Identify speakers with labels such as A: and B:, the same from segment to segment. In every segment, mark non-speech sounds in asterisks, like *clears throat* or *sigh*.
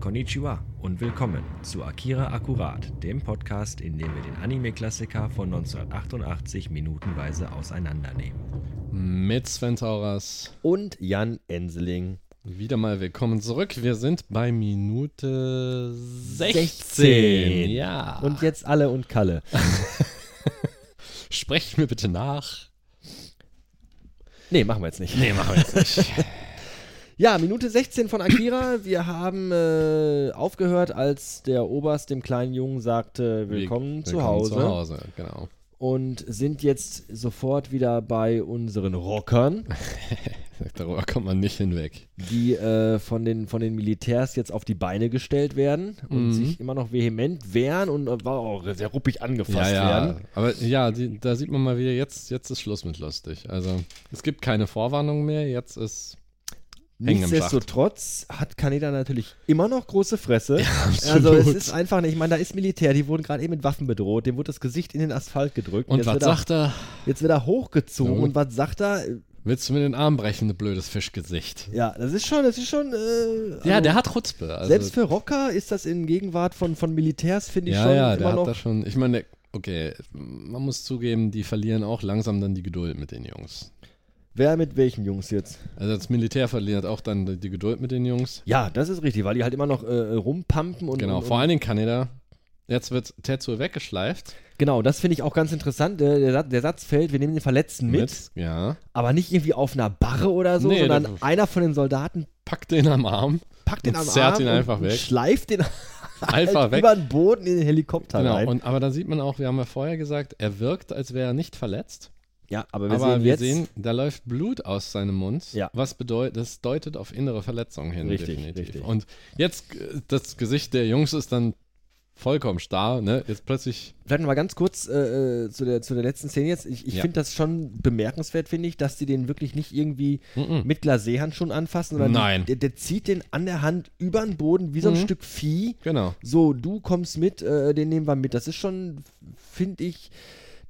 A: Konnichiwa und willkommen zu Akira Akkurat, dem Podcast, in dem wir den Anime-Klassiker von 1988 minutenweise auseinandernehmen.
B: Mit Sven Tauras.
A: Und Jan Enseling.
B: Wieder mal willkommen zurück. Wir sind bei Minute 16. Ja.
A: Und jetzt alle und Kalle.
B: sprecht mir bitte nach.
A: *laughs* Nee, machen wir jetzt nicht.
B: Nee, machen wir jetzt nicht.
A: *laughs* Ja, Minute 16 von Akira. Wir haben äh, aufgehört, als der Oberst dem kleinen Jungen sagte, willkommen, zu, Hause.
B: Zu Hause, genau. *laughs*
A: Und sind jetzt sofort wieder bei unseren Rockern,
B: Darüber kommt man nicht hinweg.
A: die äh, von, den, von den Militärs jetzt auf die Beine gestellt werden und
B: Mhm.
A: sich immer noch vehement wehren und äh, war auch sehr ruppig angefasst werden.
B: Aber ja, die, da sieht man mal wieder, jetzt, jetzt ist Schluss mit lustig. Also, es gibt keine Vorwarnung mehr, jetzt ist Hängen im Schacht.
A: Nichtsdestotrotz hat Kaneda natürlich immer noch große Fresse. also
B: absolut.
A: es ist einfach nicht, ich meine, da ist Militär, die wurden gerade eben mit Waffen bedroht, dem wurde das Gesicht in den Asphalt gedrückt.
B: Und
A: jetzt
B: was
A: wird er-
B: sagt er?
A: Jetzt wird er hochgezogen
B: Ja.
A: und was sagt er?
B: Willst du mir den Arm brechen, du blödes Fischgesicht?
A: Ja, das ist schon, das ist schon. Äh,
B: Ja,
A: also,
B: der hat Chutzpe. Also,
A: selbst für Rocker ist das in Gegenwart von, von Militärs, finde ich
B: ja,
A: schon
B: ja, der
A: immer
B: hat
A: noch.
B: da schon. Ich meine, der- okay, man muss zugeben, die verlieren auch langsam dann die Geduld mit den Jungs.
A: Wer mit welchen Jungs jetzt?
B: Also das Militär verliert auch dann die- die Geduld mit den Jungs.
A: Ja, das ist richtig, weil die halt immer noch äh, rumpumpen und.
B: Genau,
A: und,
B: vor
A: und,
B: allen Dingen Kaneda. Jetzt wird Tetsuo weggeschleift.
A: genau das finde ich auch ganz interessant. Äh, der, Sa- der Satz fällt, wir nehmen den Verletzten mit,
B: Ja.
A: aber nicht irgendwie auf einer Barre oder so,
B: Nee,
A: sondern
B: das-
A: einer von den Soldaten
B: Packt den
A: *laughs*
B: am Arm.
A: packt den
B: Und
A: am
B: zerrt
A: Arm
B: ihn
A: und,
B: einfach
A: und
B: weg.
A: schleift den
B: Einfach
A: halt *laughs*
B: weg.
A: über den Boden in den Helikopter
B: Genau.
A: rein.
B: Und, aber da sieht man auch, wir haben ja vorher gesagt, er wirkt, als wäre er nicht verletzt.
A: ja, aber wir
B: Aber
A: sehen jetzt.
B: da läuft Blut aus seinem Mund.
A: Ja.
B: Was bedeutet, das deutet auf innere Verletzung hin.
A: Richtig,
B: definitiv.
A: richtig.
B: Und jetzt äh, das Gesicht der Jungs ist dann vollkommen starr. Ne? Jetzt plötzlich
A: Vielleicht noch mal ganz kurz äh, äh, zu, der, zu der letzten Szene jetzt. Ich, ich
B: Ja.
A: finde das schon bemerkenswert, finde ich, dass die den wirklich nicht irgendwie mit Glaseehand schon anfassen, sondern
B: Nein. Mhm.
A: Die, der, der zieht den an der Hand über den Boden wie so ein Stück Vieh.
B: genau.
A: So, du kommst mit, äh, den nehmen wir mit. Das ist schon, finde ich,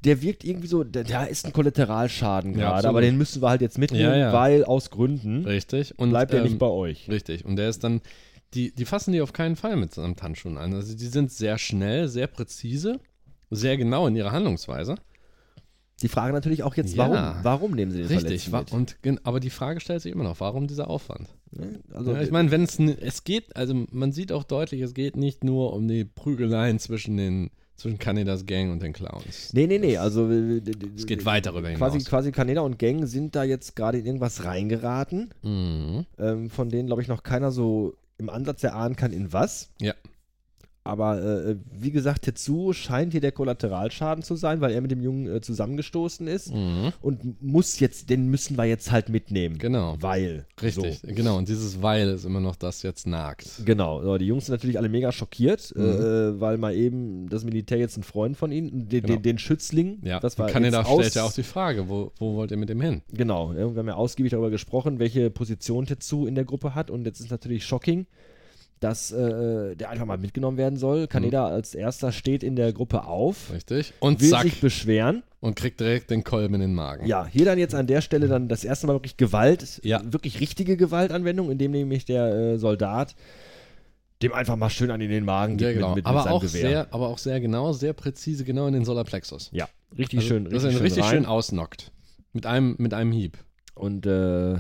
A: der wirkt irgendwie so, der, der ist ein Kollateralschaden
B: Ja,
A: gerade,
B: absolut.
A: aber den müssen wir halt jetzt mitnehmen,
B: Ja, ja.
A: weil aus Gründen
B: Richtig. Und
A: bleibt er
B: ähm,
A: nicht bei euch.
B: Richtig. Und der ist dann, die, die fassen die auf keinen Fall mit seinem Handschuhen an. Also die sind sehr schnell, sehr präzise, sehr genau in ihrer Handlungsweise.
A: Die Frage natürlich auch jetzt,
B: Ja.
A: warum? Warum nehmen sie den
B: Richtig.
A: Verletzten
B: Wa-
A: mit?
B: Und, gen- aber die Frage stellt sich immer noch, warum dieser Aufwand?
A: Ne? Also,
B: ja, ich meine, wenn es, n- es geht, also man sieht auch deutlich, es geht nicht nur um die Prügeleien zwischen den, zwischen Kanadas Gang und den Clowns.
A: nee, nee, nee, also es
B: Es geht weit darüber hinaus.
A: Quasi, quasi Kaneda und Gang sind da jetzt gerade in irgendwas reingeraten,
B: Mhm.
A: ähm, von denen, glaube ich, noch keiner so im Ansatz erahnen kann, in was.
B: Ja.
A: Aber äh, wie gesagt, Tetsuo scheint hier der Kollateralschaden zu sein, weil er mit dem Jungen äh, zusammengestoßen ist
B: Mhm.
A: und muss jetzt, den müssen wir jetzt halt mitnehmen.
B: Genau.
A: Weil.
B: Richtig.
A: So.
B: Genau. Und dieses Weil ist immer noch das jetzt nagt.
A: Genau, so, die Jungs sind natürlich alle mega schockiert,
B: Mhm.
A: äh, weil mal eben das Militär jetzt ein Freund von ihnen, den,
B: Genau.
A: den, den Schützling,
B: Ja.
A: das
B: und
A: war
B: Kanada
A: jetzt aus-
B: stellt ja auch die Frage, wo, wo wollt ihr mit dem hin?
A: Genau, ja, wir haben ja ausgiebig darüber gesprochen, welche Position Tetsu in der Gruppe hat. Und jetzt ist natürlich shocking, dass äh, der einfach mal mitgenommen werden soll. Kaneda als erster steht in der Gruppe auf,
B: Richtig. Mhm. Und
A: will
B: zack.
A: sich beschweren.
B: Und kriegt direkt den Kolben in den Magen.
A: Ja, hier dann jetzt an der Stelle dann das erste Mal wirklich Gewalt,
B: Ja.
A: wirklich richtige Gewaltanwendung, indem nämlich der äh, Soldat dem einfach mal schön an in den Magen geht
B: Ja, genau.
A: mit, mit, mit
B: aber,
A: seinem
B: auch
A: Gewehr.
B: sehr, aber auch sehr genau, sehr präzise, genau in den Solarplexus. Also,
A: ja, richtig schön,
B: dass er ihn
A: richtig,
B: richtig
A: rein.
B: schön ausnockt. Mit einem, mit einem Hieb.
A: Und äh,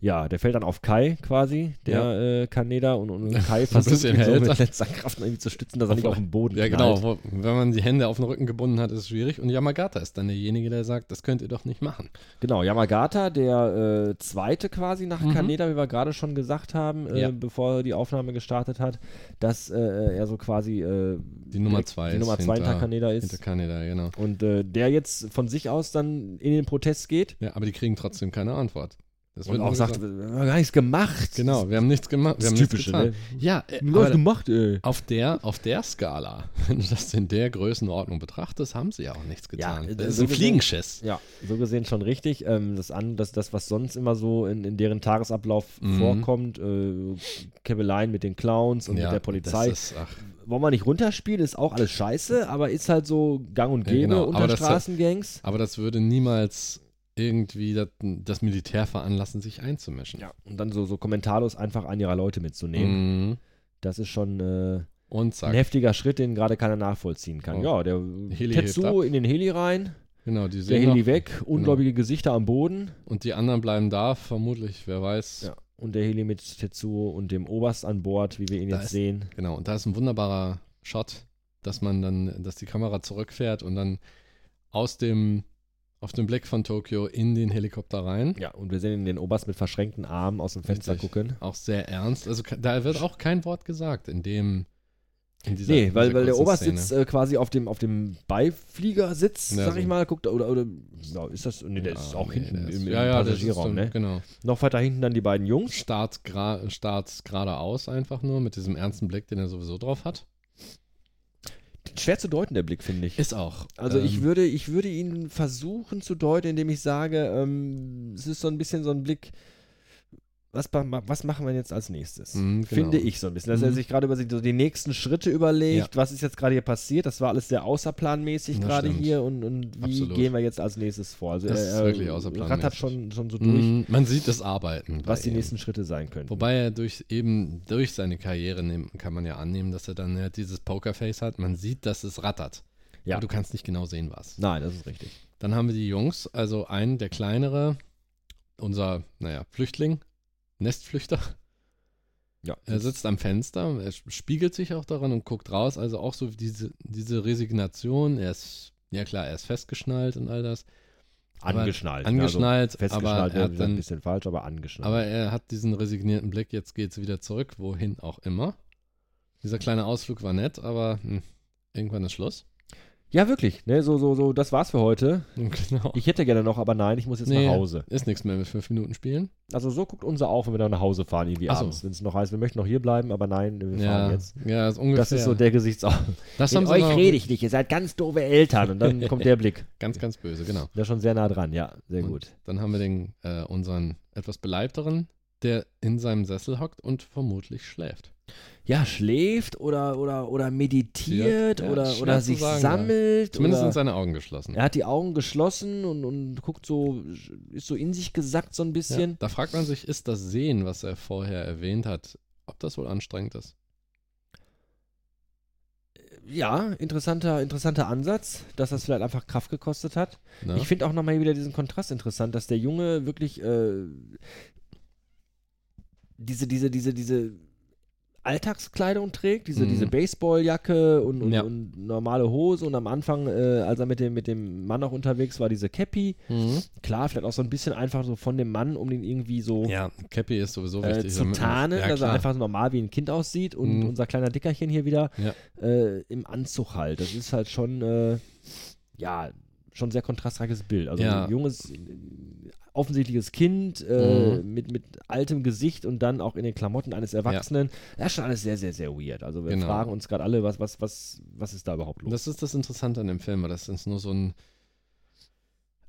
A: ja, der fällt dann auf Kai quasi, der äh, Kaneda und,
B: *laughs*
A: und Kai versucht
B: bisschen
A: ihn so
B: hält.
A: mit letzter Kraft noch irgendwie zu stützen, dass er nicht auf den Boden
B: Ja,
A: knallt.
B: genau. Wo, wenn man die Hände auf den Rücken gebunden hat, ist es schwierig. Und Yamagata ist dann derjenige, der sagt, das könnt ihr doch nicht machen.
A: Genau, Yamagata, der äh, zweite quasi nach
B: Mhm.
A: Kaneda, wie wir gerade schon gesagt haben, äh,
B: Ja.
A: bevor die Aufnahme gestartet hat, dass äh, er so quasi äh,
B: Die Nummer
A: direkt
B: zwei
A: die
B: ist
A: Nummer zwei hinter
B: hinter,
A: Kaneda
B: hinter
A: ist.
B: Kaneda, genau.
A: Und äh, der jetzt von sich aus dann in den Protest geht
B: Ja, aber die kriegen trotzdem keine Antwort. Das
A: und
B: nur
A: auch sagt,
B: gesagt,
A: wir haben gar nichts gemacht.
B: genau, wir haben nichts gemacht.
A: das
B: Wir haben
A: Typische,
B: nichts
A: ne?
B: getan. Ja, äh,
A: Was
B: aber
A: gemacht, ey.
B: auf der, auf der Skala, *laughs* wenn du das in der Größenordnung betrachtest, haben sie ja auch nichts
A: Ja,
B: getan.
A: äh,
B: das ist
A: so
B: ein
A: gesehen-
B: Fliegenschiss.
A: Ja, so gesehen schon richtig. Ähm, das, an, das, das, was sonst immer so in, in deren Tagesablauf
B: Mhm.
A: vorkommt, äh, Käbeleien mit den Clowns und
B: ja,
A: mit der Polizei,
B: Das ist, ach,
A: wollen wir nicht runterspielen, ist auch alles scheiße, aber ist halt so gang und
B: Ja,
A: gäbe
B: genau,
A: unter
B: aber das-
A: Straßengangs.
B: aber das würde niemals irgendwie das, das Militär veranlassen, sich einzumischen.
A: Ja, und dann so, so kommentarlos einfach an ihrer Leute mitzunehmen.
B: Mhm.
A: Das ist schon äh,
B: Und
A: ein
B: zack.
A: heftiger Schritt, den gerade keiner nachvollziehen kann.
B: Oh.
A: Ja, der
B: Heli hebt
A: Tetsu
B: ab.
A: in den Heli rein,
B: Genau, die
A: der
B: sehen
A: Heli
B: noch,
A: weg, ungläubige Gesichter am Boden.
B: Und die anderen bleiben da, vermutlich, wer weiß.
A: Ja. Und der Heli mit Tetsuo und dem Oberst an Bord, wie wir ihn
B: Da
A: jetzt
B: ist-
A: sehen.
B: Genau, und da ist ein wunderbarer Shot, dass man dann, dass die Kamera zurückfährt und dann aus dem, auf dem Blick von Tokio in den Helikopter rein.
A: Ja, und wir sehen den Oberst mit verschränkten Armen aus dem Fenster
B: Richtig.
A: gucken.
B: Auch sehr ernst. Also ke- da wird auch kein Wort gesagt in dem, in dieser
A: Nee, weil,
B: dieser
A: weil der
B: kurzen
A: Oberst
B: Szene.
A: sitzt äh, quasi auf dem, auf dem Beifliegersitz,
B: Ja,
A: sag
B: so.
A: ich mal, guckt, oder, oder so, ist das, Ah, nee, der
B: Ja,
A: ist auch
B: Ah, nee,
A: hinten
B: der ist-
A: im, im
B: ja, ja, der sitzt
A: Passagierraum,
B: dann-
A: ne?
B: Genau.
A: Noch weiter hinten dann die beiden Jungs.
B: Start, gra Start geradeaus einfach nur mit diesem ernsten Blick, den er sowieso drauf hat.
A: Schwer zu deuten, der Blick, finde ich.
B: Ist auch.
A: Also ich
B: ähm,
A: würde, ich würde ihn versuchen zu deuten, indem ich sage, ähm, es ist so ein bisschen so ein Blick, was, ba- ma- was machen wir jetzt als nächstes?
B: mm, genau.
A: Finde ich so ein bisschen. Dass er
B: Mhm.
A: sich gerade über sich so die nächsten Schritte überlegt, was ist jetzt gerade hier passiert, das war alles sehr außerplanmäßig
B: Das
A: gerade
B: stimmt.
A: hier und, und wie
B: Absolut.
A: gehen wir jetzt als nächstes vor? Also
B: Das
A: er,
B: ist
A: er
B: wirklich außerplanmäßig.
A: rattert schon, schon so durch,
B: Mm, Man sieht das Arbeiten. bei
A: was die
B: ihm.
A: nächsten Schritte sein könnten.
B: Wobei er durch eben durch seine Karriere nehm, kann man ja annehmen, dass er dann ja dieses Pokerface hat. Man sieht, dass es rattert.
A: Ja.
B: Aber du kannst nicht genau sehen, was.
A: Nein, das ist richtig.
B: Dann haben wir die Jungs, also einen der kleinere, unser, naja, Flüchtling, Nestflüchter.
A: Ja.
B: Er sitzt am Fenster, er spiegelt sich auch daran und guckt raus. Also auch so diese, diese Resignation. Er ist, ja klar, er ist festgeschnallt und all das. aber
A: angeschnallt.
B: Angeschnallt,
A: Also festgeschnallt
B: aber er
A: wäre
B: hat
A: wieder ein
B: dann
A: bisschen falsch, aber angeschnallt.
B: aber er hat diesen resignierten Blick, jetzt geht's wieder zurück, wohin auch immer. Dieser kleine Ausflug war nett, aber hm, irgendwann
A: *laughs*
B: ist Schluss.
A: ja, wirklich. Ne? So, so, so, das war's für heute.
B: Genau.
A: Ich hätte gerne noch, aber nein, ich muss jetzt
B: Nee.
A: nach Hause.
B: Ist nichts mehr mit fünf Minuten spielen.
A: Also so guckt unser auch, wenn wir dann nach Hause fahren, irgendwie
B: Ach so.
A: abends. Wenn es noch heißt, wir möchten noch hier bleiben, aber nein, wir fahren
B: ja,
A: jetzt.
B: ja, ist ungefähr.
A: Das ist so der Gesichtsausdruck.
B: Das
A: Mit
B: haben sie
A: euch
B: noch-
A: rede ich nicht, ihr seid ganz doofe Eltern. Und dann kommt der Blick.
B: Ganz, ganz böse, genau.
A: Der ist schon sehr nah dran, ja, sehr gut.
B: Dann haben wir den, äh, unseren etwas beleibteren, der in seinem Sessel hockt und vermutlich schläft.
A: Ja, schläft oder, oder, oder meditiert
B: Ja,
A: oder,
B: schwer
A: oder
B: zu
A: sich
B: sagen, ja.
A: sammelt.
B: Zumindest
A: oder
B: sind seine Augen geschlossen.
A: er hat die Augen geschlossen und, und guckt so, ist so in sich gesackt so ein
B: Ja,
A: bisschen.
B: da fragt man sich, ist das Sehen, was er vorher erwähnt hat, ob das wohl anstrengend ist?
A: Ja, interessanter, interessanter Ansatz, dass das vielleicht einfach Kraft gekostet hat.
B: Ne?
A: Ich finde auch nochmal wieder diesen Kontrast interessant, dass der Junge wirklich äh, diese, diese, diese, diese Alltagskleidung trägt, diese,
B: Mhm.
A: diese Baseballjacke und, und,
B: Ja.
A: und normale Hose und am Anfang, äh, als er mit dem, mit dem Mann auch unterwegs war, diese Cappy.
B: mhm.
A: Klar, vielleicht auch so ein bisschen einfach so von dem Mann, um den irgendwie so
B: Ja, Cappy ist sowieso
A: äh,
B: wichtig.
A: zu
B: damit man-
A: tarnen,
B: ja,
A: dass er
B: klar.
A: einfach so normal wie ein Kind aussieht und
B: Mhm.
A: unser kleiner Dickerchen hier wieder
B: Ja.
A: äh, im Anzug halt. Das ist halt schon, äh, ja, schon sehr kontrastreiches Bild. Also
B: Ja.
A: ein junges, äh, offensichtliches Kind äh,
B: Mhm.
A: mit, mit altem Gesicht und dann auch in den Klamotten eines Erwachsenen. Das ist schon alles sehr, sehr, sehr weird. Also wir
B: Genau.
A: fragen uns gerade alle, was, was, was, was ist da überhaupt los?
B: Das ist das Interessante an dem Film, weil das ist nur so ein.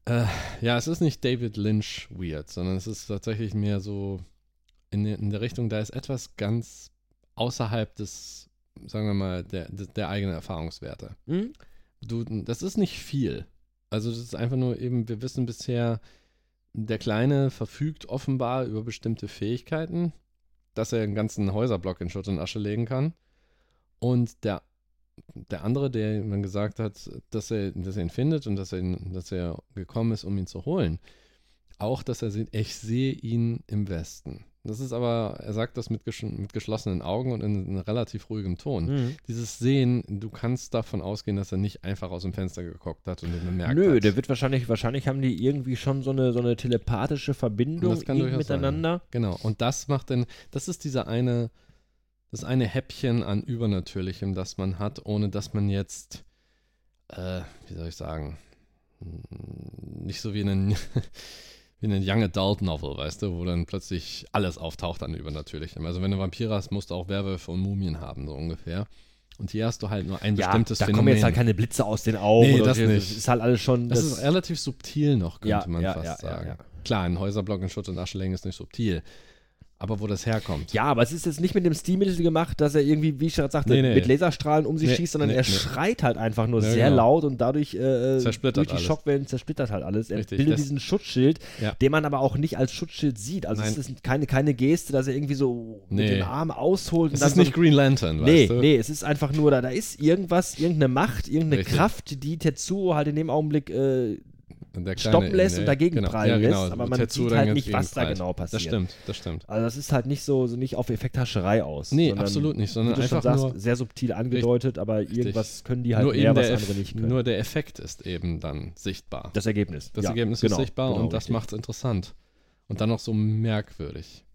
B: Äh, ja, es ist nicht David Lynch weird, sondern es ist tatsächlich mehr so in, der- in der Richtung, da ist etwas ganz außerhalb des, sagen wir mal, der, der, der eigenen Erfahrungswerte.
A: Hm?
B: Du, das ist nicht viel. Also, das ist einfach nur eben, wir wissen bisher, der Kleine verfügt offenbar über bestimmte Fähigkeiten, dass er einen ganzen Häuserblock in Schutt und Asche legen kann. Und der, der andere, der man gesagt hat, dass er, dass er ihn findet und dass er, ihn, dass er gekommen ist, um ihn zu holen. Auch, dass er sieht, ich sehe ihn im Westen. Das ist aber, er sagt das mit, gesch mit geschlossenen Augen und in, in relativ ruhigem Ton.
A: Hm.
B: Dieses Sehen, du kannst davon ausgehen, dass er nicht einfach aus dem Fenster geguckt hat und den bemerkt
A: Nö,
B: hat.
A: der wird wahrscheinlich, wahrscheinlich haben die irgendwie schon so eine, so eine telepathische Verbindung
B: Das kann
A: irgendwie
B: durchaus sein.
A: miteinander.
B: Genau, und das macht dann, das ist dieser eine, das eine Häppchen an Übernatürlichem, das man hat, ohne dass man jetzt, äh, wie soll ich sagen, Mm, nicht so wie in einem, *laughs* wie in einem Young Adult Novel, weißt du, wo dann plötzlich alles auftaucht an Übernatürlichem. Also wenn du Vampire hast, musst du auch Werwölfe und Mumien haben, so ungefähr. Und hier hast du halt nur ein bestimmtes
A: da
B: Phänomen.
A: kommen jetzt halt keine Blitze aus den Augen.
B: Nee,
A: oder
B: das
A: so.
B: nicht.
A: ist halt alles schon.
B: das, ist relativ subtil noch, könnte
A: Ja,
B: man
A: ja,
B: fast
A: ja, ja,
B: sagen.
A: ja.
B: Klar, ein Häuserblock in Schutt und Asche legen ist nicht subtil. aber wo das herkommt.
A: Ja, aber es ist jetzt nicht mit dem Stilmittel gemacht, dass er irgendwie, wie ich gerade sagte,
B: Nee, nee.
A: mit Laserstrahlen um sich
B: Nee,
A: schießt, sondern
B: nee,
A: er
B: nee.
A: schreit halt einfach nur
B: Ja,
A: sehr
B: genau.
A: laut und dadurch äh,
B: Zersplittert
A: durch die
B: alles.
A: Schockwellen zersplittert halt alles. Er
B: Richtig,
A: bildet
B: das-
A: diesen Schutzschild,
B: Ja.
A: den man aber auch nicht als Schutzschild sieht. Also es
B: Nein.
A: ist keine, keine Geste, dass er irgendwie so mit
B: Nee.
A: dem Arm ausholt.
B: Es
A: dann
B: ist
A: so-
B: nicht Green Lantern,
A: Nee,
B: weißt du?
A: nee, es ist einfach nur, da, da ist irgendwas, irgendeine Macht, irgendeine
B: Richtig.
A: Kraft, die Tetsuo halt in dem Augenblick äh,
B: Und der
A: stoppen lässt und dagegen
B: genau.
A: prallen
B: ja, genau.
A: lässt, aber
B: Und
A: man
B: Tetsuo
A: sieht
B: dann
A: halt
B: ganz
A: nicht,
B: gegen
A: was da
B: prallt.
A: genau passiert.
B: Das stimmt, das stimmt.
A: Also das ist halt nicht so, so nicht auf Effekthascherei aus.
B: Nee,
A: sondern,
B: absolut nicht,
A: Wie
B: sondern
A: du schon
B: einfach
A: sagst,
B: nur,
A: sehr subtil angedeutet, aber irgendwas können die halt
B: nur,
A: mehr,
B: eben
A: was
B: der
A: andere
B: Eff-
A: nicht können.
B: nur der Effekt ist eben dann sichtbar.
A: das Ergebnis.
B: Das
A: ja,
B: Ergebnis
A: genau,
B: ist sichtbar
A: genau,
B: und das
A: richtig.
B: macht es interessant. Und dann noch so merkwürdig.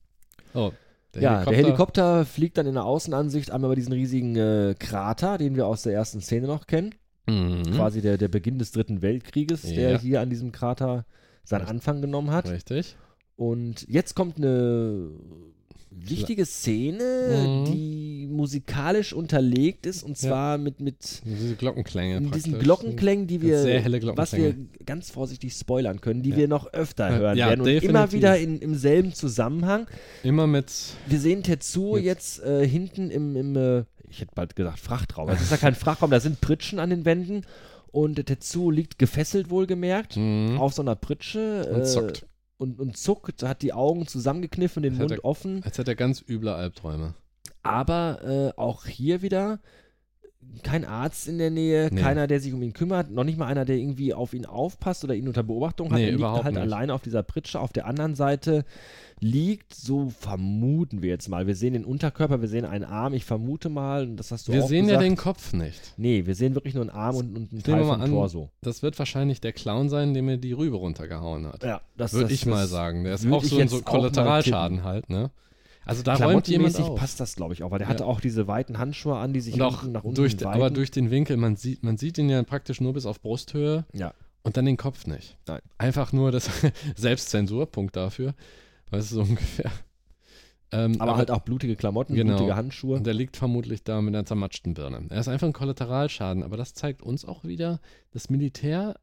B: Oh, der
A: ja,
B: Helikopter.
A: der Helikopter fliegt dann in der Außenansicht einmal über diesen riesigen äh, Krater, den wir aus der ersten Szene noch kennen.
B: Mhm.
A: Quasi der, der Beginn des Dritten Weltkrieges,
B: Ja.
A: der hier an diesem Krater seinen Anfang genommen hat.
B: Richtig.
A: Und jetzt kommt eine wichtige Szene,
B: Mhm.
A: die musikalisch unterlegt ist und
B: Ja.
A: zwar mit, mit
B: Diese Glockenklänge.
A: in diesen
B: praktisch.
A: Glockenklängen, die wir,
B: sehr helle
A: was
B: Glockenklänge.
A: wir ganz vorsichtig spoilern können, die
B: Ja.
A: wir noch öfter
B: Ja,
A: hören
B: ja,
A: werden und immer
B: definitiv.
A: wieder in, im selben Zusammenhang.
B: Immer mit.
A: Wir sehen Tetsuo jetzt, äh, hinten im, im äh, ich hätte bald gesagt Frachtraum. Das
B: *laughs*
A: ist ja kein Frachtraum, da sind Pritschen an den Wänden und äh, Tetsuo liegt gefesselt wohlgemerkt
B: Mhm.
A: auf so einer Pritsche
B: und
A: äh,
B: zockt.
A: und, und zuckt, hat die Augen zusammengekniffen, den
B: Das hat
A: Mund
B: er-
A: offen.
B: Als hätte er ganz üble Albträume.
A: Aber äh, auch hier wieder kein Arzt in der Nähe,
B: Nee.
A: keiner, der sich um ihn kümmert, noch nicht mal einer, der irgendwie auf ihn aufpasst oder ihn unter Beobachtung hat.
B: Nee,
A: er liegt
B: überhaupt
A: halt
B: nicht.
A: alleine auf dieser Pritsche. Auf der anderen Seite liegt, so vermuten wir jetzt mal, wir sehen den Unterkörper, wir sehen einen Arm, ich vermute mal, und das hast du
B: wir
A: auch
B: sehen ja
A: gesagt.
B: den Kopf nicht.
A: Nee, wir sehen wirklich nur einen Arm und, und einen
B: Ich nehme
A: Teil
B: mal
A: vom
B: an-
A: Torso.
B: Das wird wahrscheinlich der Clown sein, dem er die Rübe runtergehauen hat.
A: Ja, das
B: Würde
A: das-
B: ich mal
A: das-
B: sagen. Der ist
A: würd
B: auch
A: ich
B: so ein
A: jetzt
B: so
A: auch mal tippen.
B: Kollateralschaden halt, ne? Also da räumt jemand
A: Klamottenmäßig
B: auf.
A: passt das, glaube ich, auch, weil der
B: Ja.
A: hatte auch diese weiten Handschuhe an, die sich
B: und auch
A: hinten nach unten
B: durch, den-
A: weiten.
B: aber durch den Winkel, man sieht, man sieht ihn ja praktisch nur bis auf Brusthöhe
A: Ja.
B: und dann den Kopf nicht.
A: Nein.
B: Einfach nur das *laughs* Selbstzensurpunkt dafür. Weißt du, so ungefähr. Ähm,
A: aber halt auch blutige Klamotten,
B: Genau.
A: blutige Handschuhe.
B: Und er liegt vermutlich da mit einer zermatschten Birne. Er ist einfach ein Kollateralschaden, aber das zeigt uns auch wieder, das Militär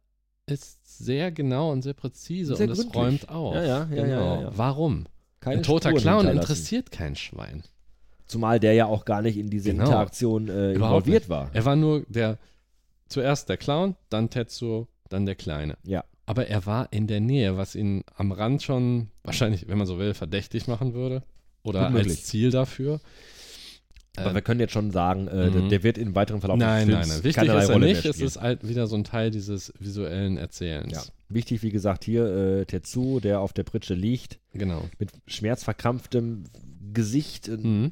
B: ist sehr genau und sehr präzise
A: Sehr
B: und es
A: gründlich.
B: räumt auf.
A: Ja, ja, ja, ja,
B: genau.
A: ja, ja.
B: Warum?
A: Keine
B: ein toter
A: Spuren
B: Clown
A: hinterlassen.
B: interessiert kein Schwein.
A: Zumal der ja auch gar nicht in diese
B: Genau.
A: Interaktion äh,
B: Überhaupt
A: involviert war.
B: Er war nur der, zuerst der Clown, dann Tetsuo, dann der Kleine.
A: Ja.
B: Aber er war in der Nähe, was ihn am Rand schon wahrscheinlich, wenn man so will, verdächtig machen würde. Oder
A: Gut möglich.
B: als Ziel dafür.
A: Aber
B: Ähm,
A: wir können jetzt schon sagen, äh, der,
B: mhm.
A: der wird im weiteren Verlauf
B: nein,
A: des
B: nein,
A: Films
B: nein. Wichtig
A: keinerlei
B: ist er
A: Rolle
B: nicht.
A: mehr
B: Es
A: spielen.
B: ist halt wieder so ein Teil dieses visuellen Erzählens.
A: ja. Wichtig, wie gesagt, hier äh, Tetsu, der auf der Pritsche liegt,
B: Genau.
A: mit schmerzverkrampftem Gesicht, äh,
B: Mhm.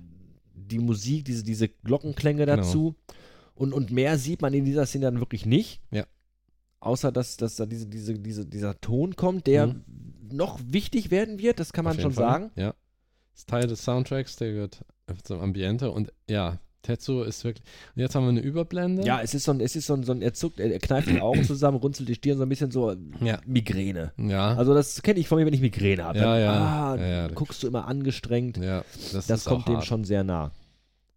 A: die Musik, diese, diese Glockenklänge
B: Genau.
A: dazu. Und, und mehr sieht man in dieser Szene dann wirklich nicht.
B: Ja.
A: Außer, dass, dass da diese, diese, diese, dieser Ton kommt, der
B: Mhm.
A: noch wichtig werden wird, das kann man
B: Auf jeden
A: schon
B: Fall.
A: sagen.
B: Ja. Ist Teil des Soundtracks, der gehört zum Ambiente. Und ja, Tetsuo ist wirklich. Und jetzt haben wir eine Überblende.
A: Ja, es ist so ein, es ist so ein, so ein er zuckt, er, er kneift die
B: *clears throat*
A: Augen zusammen, runzelt die Stirn so ein bisschen so
B: Ja.
A: Migräne.
B: Ja.
A: Also das kenne ich von mir, wenn ich Migräne habe.
B: Ja,
A: Dann,
B: ja.
A: Ah,
B: Ja, ja.
A: guckst du immer angestrengt.
B: ja das,
A: Das
B: ist
A: kommt
B: auch
A: dem
B: hart.
A: schon sehr nah.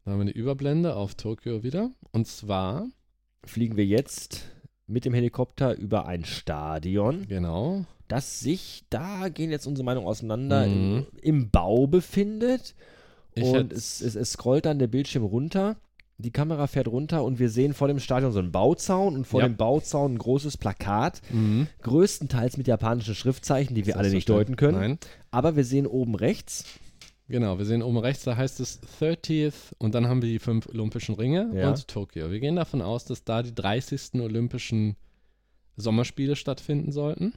B: Dann haben wir eine Überblende auf Tokio wieder. Und zwar,
A: Fliegen wir jetzt mit dem Helikopter über ein Stadion,
B: genau,
A: das sich, da gehen jetzt unsere Meinungen auseinander,
B: Mhm.
A: im, im Bau befindet.
B: Ich
A: und
B: hätt's-
A: es, es, es scrollt dann der Bildschirm runter. Die Kamera fährt runter und wir sehen vor dem Stadion so einen Bauzaun und vor
B: Ja.
A: dem Bauzaun ein großes Plakat.
B: mhm.
A: größtenteils mit japanischen Schriftzeichen, die wir alle nicht deuten können.
B: Nein.
A: Aber wir sehen oben rechts,
B: Genau, wir sehen oben rechts, da heißt es 30th und dann haben wir die fünf Olympischen Ringe
A: Ja.
B: und Tokio. Wir gehen davon aus, dass da die 30. Olympischen Sommerspiele stattfinden sollten.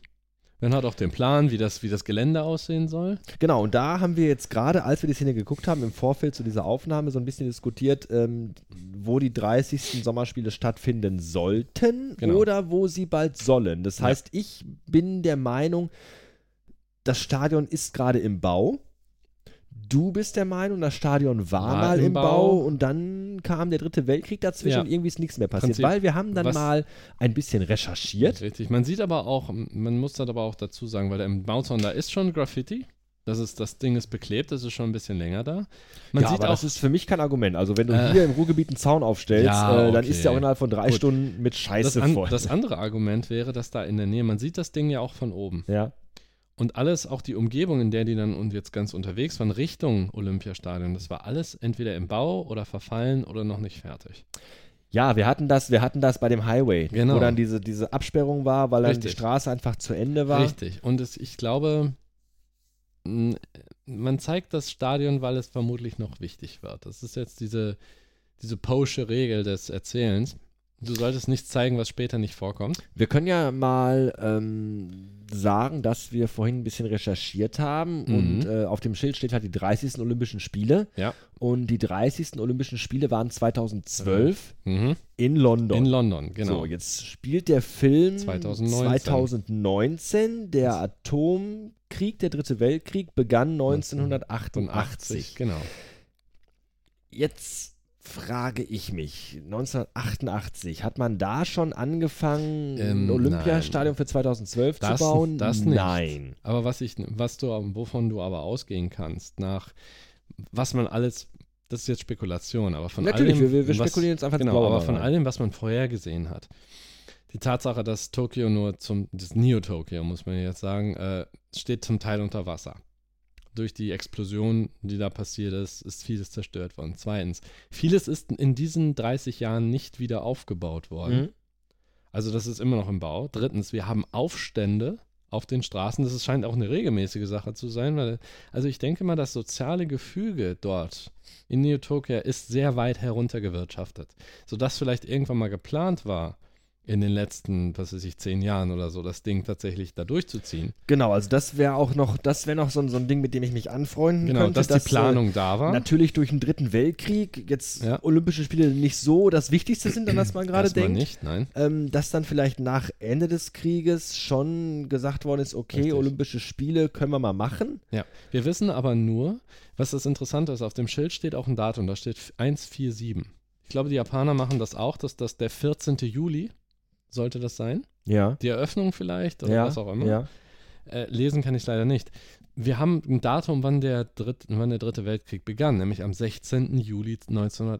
B: Man hat auch den Plan, wie das, wie das Gelände aussehen soll.
A: genau, und da haben wir jetzt gerade, als wir die Szene geguckt haben, im Vorfeld zu dieser Aufnahme so ein bisschen diskutiert, ähm, wo die 30. Sommerspiele stattfinden sollten
B: Genau.
A: oder wo sie bald sollen. Das
B: Ja.
A: heißt, ich bin der Meinung, das Stadion ist gerade im Bau. Du bist der Meinung, das Stadion war
B: War
A: mal
B: im
A: im Bau.
B: Bau.
A: und dann kam der dritte Weltkrieg dazwischen
B: Ja.
A: und irgendwie ist nichts mehr passiert.
B: Prinzip,
A: weil wir haben dann
B: was-
A: mal ein bisschen recherchiert.
B: Richtig. Man sieht aber auch, man muss das aber auch dazu sagen, weil da im Bauzaun, da ist schon Graffiti. Das, ist, das Ding ist beklebt, das ist schon ein bisschen länger da. Man
A: ja,
B: sieht
A: aber
B: auch,
A: das ist für mich kein Argument. Also wenn du
B: Äh.
A: hier im Ruhrgebiet einen Zaun aufstellst,
B: Ja,
A: äh, dann
B: okay.
A: ist der auch innerhalb von drei
B: Gut.
A: Stunden mit
B: das,
A: Scheiße
B: an,
A: voll.
B: das andere Argument wäre, dass da in der Nähe, man sieht das Ding ja auch von oben.
A: *laughs* ja.
B: Und alles, auch die Umgebung, in der die dann und jetzt ganz unterwegs waren, Richtung Olympiastadion, das war alles entweder im Bau oder verfallen oder noch nicht fertig.
A: Ja, wir hatten das, wir hatten das bei dem Highway,
B: Genau.
A: wo dann diese, diese Absperrung war, weil dann die
B: Richtig.
A: Straße einfach zu Ende war.
B: Richtig. Und es, ich glaube, m, man zeigt das Stadion, weil es vermutlich noch wichtig wird. Das ist jetzt diese, diese posche Regel des Erzählens. Du solltest nichts zeigen, was später nicht vorkommt.
A: Wir können ja mal ähm, sagen, dass wir vorhin ein bisschen recherchiert haben
B: Mhm.
A: und äh, auf dem Schild steht halt die 30. Olympischen Spiele.
B: Ja.
A: Und die 30. Olympischen Spiele waren 2012
B: Mhm.
A: in London.
B: In London, genau.
A: So, jetzt spielt der Film
B: 2019.
A: 2019. Der Atomkrieg, der Dritte Weltkrieg, begann 1988.
B: 88, genau.
A: Jetzt frage ich mich, 1988, hat man da schon angefangen, ein
B: Ähm,
A: Olympiastadion für 2012
B: Das-
A: zu bauen?
B: das nicht.
A: Nein.
B: Aber was ich, was du, wovon du aber ausgehen kannst, nach was man alles, das ist jetzt Spekulation, aber von
A: Natürlich,
B: allem,
A: wir, wir, wir
B: was-
A: spekulieren halt jetzt einfach ins
B: Genau,
A: Blaue
B: aber
A: mal
B: von
A: rein.
B: allem, was man vorher gesehen hat. Die Tatsache, dass Tokio nur zum, das Neo-Tokio, muss man jetzt sagen, äh, steht zum Teil unter Wasser. Durch die Explosion, die da passiert ist, ist vieles zerstört worden. Zweitens, vieles ist in diesen 30 Jahren nicht wieder aufgebaut worden.
A: Mhm.
B: Also das ist immer noch im Bau. Drittens, wir haben Aufstände auf den Straßen. Das ist- scheint auch eine regelmäßige Sache zu sein. Weil, also ich denke mal, das soziale Gefüge dort in Neotopia ist sehr weit heruntergewirtschaftet. Sodass vielleicht irgendwann mal geplant war, in den letzten, was weiß ich, zehn Jahren oder so, das Ding tatsächlich da durchzuziehen.
A: Genau, also das wäre auch noch, das wäre noch so, ein- so ein Ding, mit dem ich mich anfreunden
B: Genau,
A: könnte.
B: dass die Planung da
A: Äh,
B: war.
A: natürlich durch den Dritten Weltkrieg, jetzt
B: Ja.
A: Olympische Spiele nicht so das Wichtigste sind, an das man gerade
B: Erstmal
A: denkt.
B: nicht, nein.
A: ähm, dass dann vielleicht nach Ende des Krieges schon gesagt worden ist, okay,
B: Richtig.
A: Olympische Spiele können wir mal machen.
B: Ja, wir wissen aber nur, was das Interessante ist, auf dem Schild steht auch ein Datum, da steht 147. Ich glaube, die Japaner machen das auch, dass das der 14. Juli sollte das sein.
A: Ja.
B: Die Eröffnung vielleicht oder
A: ja,
B: was auch immer.
A: Ja.
B: Äh, lesen kann ich leider nicht. Wir haben ein Datum, wann der, dritte, wann der Dritte Weltkrieg begann, nämlich am 16. Juli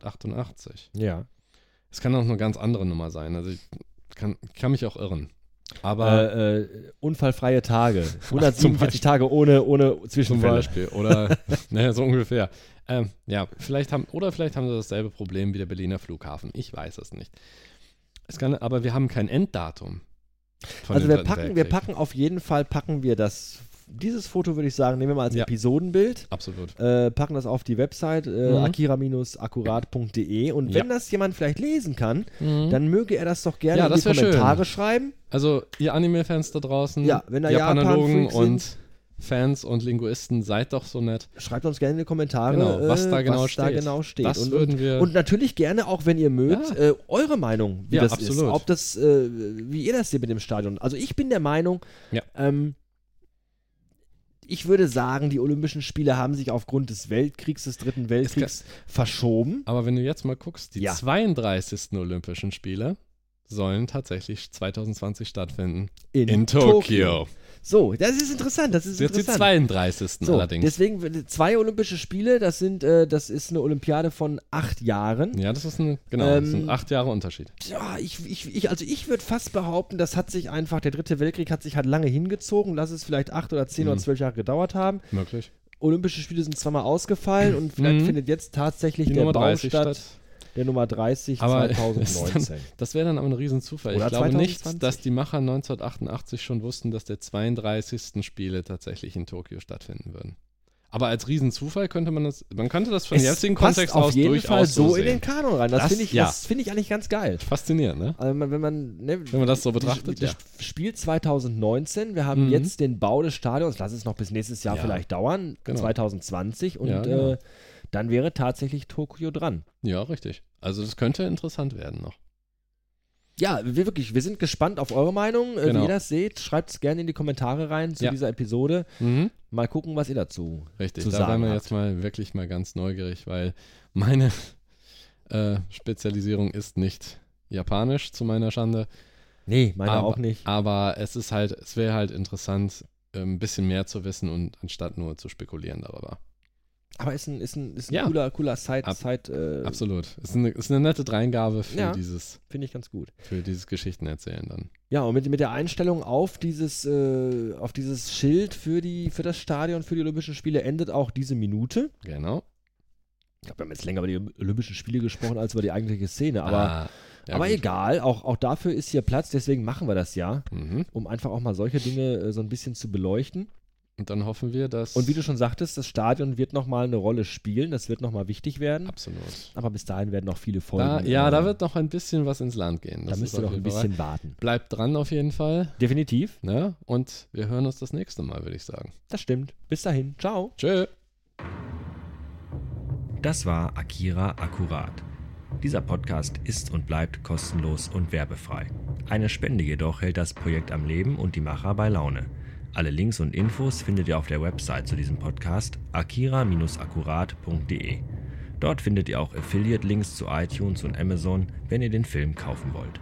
B: 1988.
A: ja.
B: Es kann auch eine ganz andere Nummer sein. Also ich kann, kann mich auch irren. Aber
A: Äh, äh, unfallfreie
B: *laughs*
A: Tage.
B: zum
A: 147
B: Beispiel.
A: Tage ohne, ohne
B: Zum
A: Zwischenfälle.
B: Beispiel. Oder, naja, so ungefähr. Ähm, ja, vielleicht haben, oder vielleicht haben sie dasselbe Problem wie der Berliner Flughafen. Ich weiß es nicht. Es kann, aber wir haben kein Enddatum. von
A: Also
B: dem
A: wir
B: Dritten
A: packen, wir
B: Weltkrieg.
A: packen auf jeden Fall, packen wir das, dieses Foto würde ich sagen, nehmen wir mal als
B: Ja.
A: Episodenbild.
B: Absolut.
A: Äh, packen das auf die Website äh,
B: Mhm.
A: akira-akkurat.de und wenn das jemand vielleicht lesen kann, dann möge er das doch gerne
B: Mhm. Ja,
A: in die
B: das wär schön.
A: Kommentare schreiben.
B: also, ihr Anime-Fans da draußen,
A: Ja, wenn da
B: Japanologen
A: Japan-Freaks
B: und Fans und Linguisten, seid doch so nett.
A: Schreibt uns gerne in die Kommentare,
B: Genau, was
A: äh,
B: da genau
A: was da
B: steht.
A: genau steht.
B: Das
A: und,
B: würden wir-
A: und natürlich gerne auch, wenn ihr mögt,
B: Ja.
A: äh, eure Meinung, wie
B: Ja,
A: das ist.
B: absolut.
A: Ob das, äh, wie ihr das seht mit dem Stadion. Also ich bin der Meinung,
B: Ja.
A: ähm, ich würde sagen, die Olympischen Spiele haben sich aufgrund des Weltkriegs, des Dritten Weltkriegs verschoben.
B: Aber wenn du jetzt mal guckst, die
A: Ja.
B: 32. Olympischen Spiele sollen tatsächlich 2020 stattfinden.
A: In,
B: In Tokio.
A: So, das ist interessant, das ist
B: Jetzt die
A: interessant.
B: 32.
A: so,
B: allerdings.
A: deswegen zwei Olympische Spiele, das sind, äh, das ist eine Olympiade von acht Jahren.
B: Ja, das ist ein, genau, das
A: Ähm,
B: sind acht Jahre Unterschied.
A: ja, ich, ich, ich, also ich würde fast behaupten, das hat sich einfach, der Dritte Weltkrieg hat sich halt lange hingezogen, lass es vielleicht acht oder zehn oder
B: Mhm.
A: zwölf Jahre gedauert haben.
B: Möglich.
A: Olympische Spiele sind zweimal ausgefallen und vielleicht
B: Mhm.
A: findet jetzt tatsächlich
B: Die
A: der
B: Nummer
A: Bau
B: 30
A: statt,
B: statt.
A: der Nummer 30
B: Aber *laughs* ist
A: 2019.
B: dann, das wäre dann aber ein Riesenzufall.
A: Oder
B: ich glaube
A: 2020.
B: nicht, dass die Macher 1988 schon wussten, dass der 32. Spiele tatsächlich in Tokio stattfinden würden. Aber als Riesenzufall könnte man das, man könnte das von
A: Es
B: jetzigen
A: passt
B: Kontext
A: auf
B: aus
A: jeden
B: durchaus
A: Fall so in
B: sehen.
A: den Kanon rein. Das,
B: Das-
A: finde ich,
B: ja.
A: das finde ich eigentlich ganz geil.
B: Faszinierend, ne?
A: Also wenn man, wenn man, ne,
B: Wenn man das so
A: die-
B: betrachtet,
A: das
B: ja.
A: Spiel 2019, wir haben
B: Mhm.
A: jetzt den Bau des Stadions, lass es noch bis nächstes Jahr
B: Ja.
A: vielleicht dauern,
B: Genau.
A: 2020 und
B: Ja, genau.
A: äh, dann wäre tatsächlich Tokio dran.
B: Ja, richtig. Also das könnte interessant werden noch.
A: Ja, wir wirklich, wir sind gespannt auf eure Meinung, äh, wie
B: Genau.
A: ihr das seht. Schreibt es gerne in die Kommentare rein zu
B: Ja.
A: dieser Episode.
B: Mhm.
A: Mal gucken, was ihr dazu.
B: Richtig,
A: zu
B: da
A: sagen
B: waren wir
A: hat.
B: jetzt mal wirklich mal ganz neugierig, weil meine *laughs* äh, Spezialisierung ist nicht japanisch zu meiner Schande,
A: Nee, meine
B: Aber-
A: auch nicht.
B: aber es ist halt, es wäre halt interessant, äh, ein bisschen mehr zu wissen und anstatt nur zu spekulieren darüber.
A: Aber ist ein, ist ein, ist ein
B: Ja.
A: cooler, cooler Side,
B: Ab-
A: Side äh,
B: Absolut. Ist eine, ist eine nette Dreingabe für
A: Ja.
B: dieses,
A: finde ich ganz gut.
B: für dieses Geschichtenerzählen dann.
A: Ja, und mit, mit der Einstellung auf dieses, äh, auf dieses Schild für, die, für das Stadion, für die Olympischen Spiele endet auch diese Minute.
B: Genau.
A: Ich glaube, wir haben jetzt länger über die Olympischen Spiele gesprochen als über die eigentliche Szene, aber,
B: Ah, ja,
A: aber
B: gut.
A: egal, auch, auch dafür ist hier Platz, deswegen machen wir das ja,
B: Mhm.
A: um einfach auch mal solche Dinge äh, so ein bisschen zu beleuchten.
B: Und dann hoffen wir, dass.
A: Und wie du schon sagtest, das Stadion wird nochmal eine Rolle spielen, das wird nochmal wichtig werden,
B: Absolut.
A: aber bis dahin werden noch viele Folgen.
B: Da, ja,
A: äh,
B: da wird noch ein bisschen was ins Land gehen.
A: da
B: Das
A: müsst
B: ist
A: ihr
B: auf
A: noch ein
B: jeden Fall wahr.
A: bisschen warten.
B: Bleibt dran auf jeden Fall.
A: Definitiv,
B: Ne? Und wir hören uns das nächste Mal, würde ich sagen.
A: das stimmt. Bis dahin, ciao.
B: Tschö.
C: Das war Akira Akkurat. Dieser Podcast ist und bleibt kostenlos und werbefrei. Eine Spende jedoch hält das Projekt am Leben und die Macher bei Laune. Alle Links und Infos findet ihr auf der Website zu diesem Podcast akira-akkurat.de. Dort findet ihr auch Affiliate-Links zu iTunes und Amazon, wenn ihr den Film kaufen wollt.